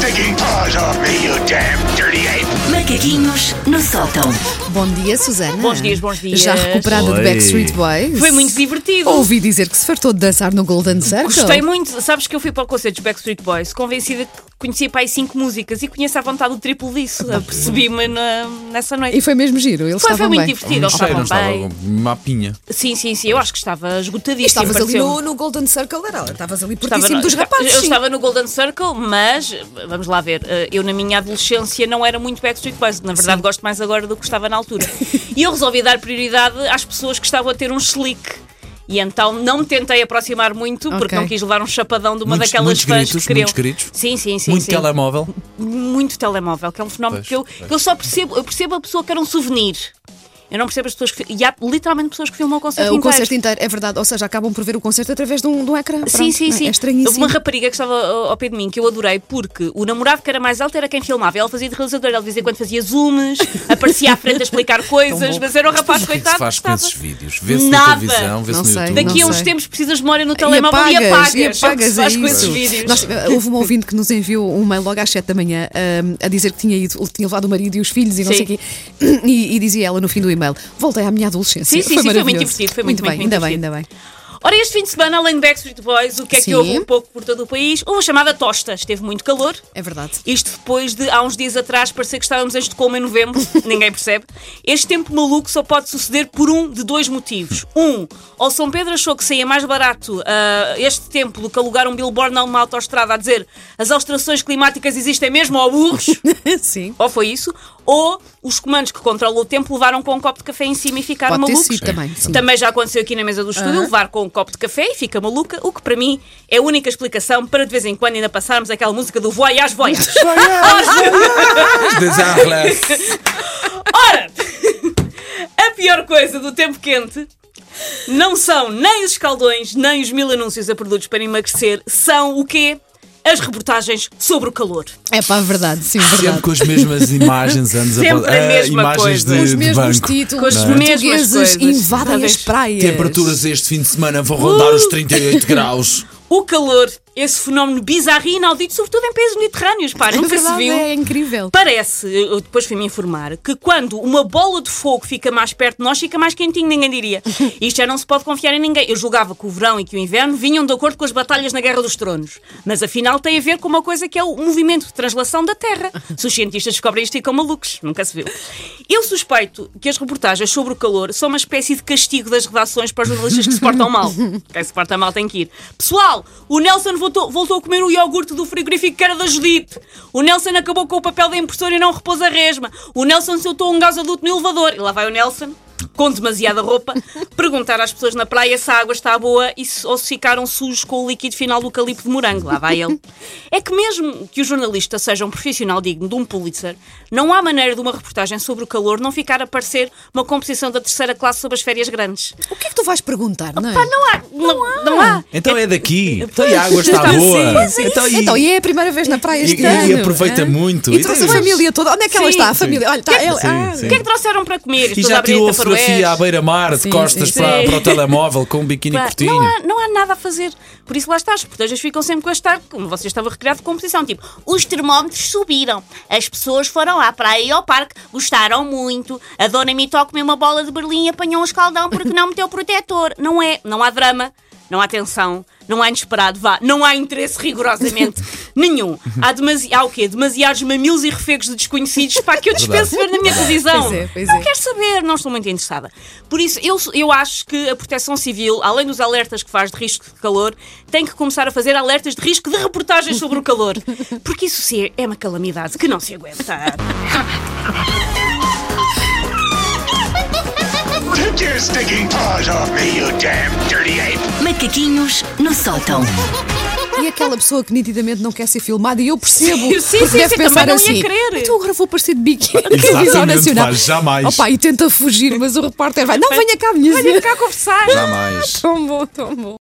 taking paws off me, you damn dirty ape! Macaquinhos no sótão. Bom dia, Susana. Bons dias, bons dias. Já recuperada de Oi. Backstreet Boys? Foi muito divertido. Ouvi dizer que se fartou de dançar no Golden Circle. Gostei muito. Sabes que eu fui para o concerto dos Backstreet Boys convencida que conhecia para aí cinco músicas e conheço à vontade o triplo disso. Percebi-me na- nessa noite. E foi mesmo giro, eles Foi, foi estavam muito bem. divertido. Eles Não sei, não estavam estava bem. mapinha. Sim, sim, sim. Eu acho que estava E esgotadíssimo. estavas ali pareceu-me. no, no Golden Circle, era, estavas ali Estava assim, pertíssimo no- dos rapazes. Eu sim. estava no Golden Circle, mas vamos lá ver. eh, Eu na minha adolescência não era muito Backstreet Boys. Na verdade, gosto mais agora do que estava na altura. e eu resolvi dar prioridade às pessoas que estavam a ter um slick. E então não me tentei aproximar muito porque Ok. não quis levar um chapadão de uma Muitos- daquelas muitos fãs gritos, que queriam. muitos gritos. Sim, sim, sim. Muito sim. telemóvel. Muito telemóvel, que é um fenómeno Pois, que, eu, pois. que eu só percebo. Eu percebo a pessoa que era um souvenir. Eu não percebo as pessoas que. E há literalmente pessoas que filmam o Ah, concerto o inteiro. concerto inteiro, é verdade, ou seja, acabam por ver o concerto através de um, de um ecrã. Sim, Pronto, sim, sim. É estranhíssimo. Uma rapariga que estava ao ao pé de mim, que eu adorei, porque o namorado que era mais alto era quem filmava. Ela fazia de realizador, ela de vez em quando fazia zooms, aparecia à frente a explicar coisas, mas era um rapaz O que é que coitado. se faz que com estava- esses vídeos? Vê-se na Nada. televisão, vê-se Não no sei. YouTube. Daqui Daqui a não uns sei. tempos precisas de memória no E telemóvel e apagas. e É o que se apagas, é faz com isso. esses vídeos. Nós, eh, houve um ouvinte que nos enviou um mail logo às 7 da manhã ahm, a dizer que tinha ido, tinha levado o marido e os filhos e não sei Sim. o quê. E, e dizia ela no fim do e-mail: Voltei à minha adolescência. Sim, sim, foi sim, foi muito maravilhoso. divertido, foi muito, bem, muito, ainda muito bem, ainda bem. Ora, este fim de semana, além de Backstreet Boys, o que é Sim. que houve um pouco por todo o país? Houve a chamada tosta. Esteve muito calor. É verdade. Isto depois de, há uns dias atrás, parecer que estávamos em Estocolmo em novembro, ninguém percebe. Este tempo maluco só pode suceder por um de dois motivos. Um, ou São Pedro achou que saía mais barato ah, este tempo do que alugar um billboard numa autoestrada a dizer as alterações climáticas existem mesmo, ou burros. sim. ou foi isso, ou os comandos que controlam o tempo levaram com um copo de café em cima e ficaram Pode ter malucos. sido também, sim. tá Também já aconteceu aqui na mesa do estúdio, levar com um copo de café e fica maluca, o que para mim é a única explicação para de vez em quando ainda passarmos aquela música do Voyage Voyage. Desarrelé. Ora, a pior coisa do tempo quente não são nem os escaldões, nem os mil anúncios a produtos para emagrecer, são o quê? As reportagens sobre o calor. É pá, verdade, sim, verdade. Sempre com as mesmas imagens, anos Sempre após- a eh, mesma coisa. imagens de, Com os de mesmos banco. títulos, Com as os mesmas portugueses coisas. invadem as Sabes? praias. Temperaturas este fim de semana vão rondar Uh. os 38 graus. O calor, esse fenómeno bizarro e inaudito, sobretudo em países mediterrâneos, pá, É nunca se verdade, viu. É incrível. Parece, eu depois fui-me informar, que quando uma bola de fogo fica mais perto de nós, fica mais quentinho, ninguém diria. Isto já não se pode confiar em ninguém. Eu julgava que o verão e que o inverno vinham de acordo com as batalhas na Guerra dos Tronos. Mas afinal tem a ver com uma coisa que é o movimento de translação da Terra. Se os cientistas descobrem isto, ficam malucos. Nunca se viu. Eu suspeito que as reportagens sobre o calor são uma espécie de castigo das redações para os jornalistas que se portam mal. Quem se porta mal tem que ir. Pessoal, o Nelson voltou, voltou a comer o iogurte do frigorífico que era da Judite. O Nelson acabou com o papel da impressora e não repôs a resma. O Nelson soltou um gás adulto no elevador. E lá vai o Nelson, com demasiada roupa, perguntar às pessoas na praia se a água está boa e se, ou se ficaram sujos com o líquido final do calipo de morango. Lá vai ele. É que mesmo que o jornalista seja um profissional digno de um Pulitzer, não há maneira de uma reportagem sobre o calor não ficar a parecer uma composição da terceira classe sobre as férias grandes. O que é que tu vais perguntar, não é? Não há, não, não há. Então é daqui. Então Pois, a água está está boa. assim. Pois é Então, e, Então, e é a primeira vez na praia e- este e- ano. e aproveita ah? muito. E trouxe a Então, família toda. Onde é que ela Sim. está? A família. Olha, está ela. Sim, ah, sim. O que é que trouxeram para comer? E Toda já tirou a então, Brita Faroeste? fotografia à beira-mar, de Sim, costas sim, Para, sim. para o telemóvel, com um biquíni Pá, curtinho. Não é. há, não há nada a fazer. Por isso lá está, as reportagens ficam sempre com este ar, como vocês estavam recriado de composição. Tipo, os termómetros subiram, as pessoas foram à praia e ao parque, gostaram muito, a dona Mitó comeu uma bola de berlim e apanhou um escaldão porque não meteu protetor. Não é, não há drama, não há tensão, não há inesperado, vá, não há interesse rigorosamente nenhum. Há, demasi há o quê? Demasiados mamilos e refegos de desconhecidos para que eu dispense ver na minha televisão. Pois é, pois Não é. quero saber, não estou muito interessada. Por isso, eu, eu acho que a Proteção Civil, além dos alertas que faz de risco de calor, tem que começar a fazer alertas de risco de reportagens sobre o calor. Porque isso sim é uma calamidade que não se aguenta. Take your stinking paws off me, you damn dirty ape! Macaquinhos no sótão. E aquela pessoa que nitidamente não quer ser filmada, e eu percebo. Sim, sim, porque sim, deve sim, pensar também não ia assim. querer. Então agora vou aparecer de biquíni na Exatamente, televisão nacional. pá, jamais. Opa, e tenta fugir, mas o repórter vai. Não, venha cá, minha Venha gente. cá conversar. Jamais. Tão bom, tão bom.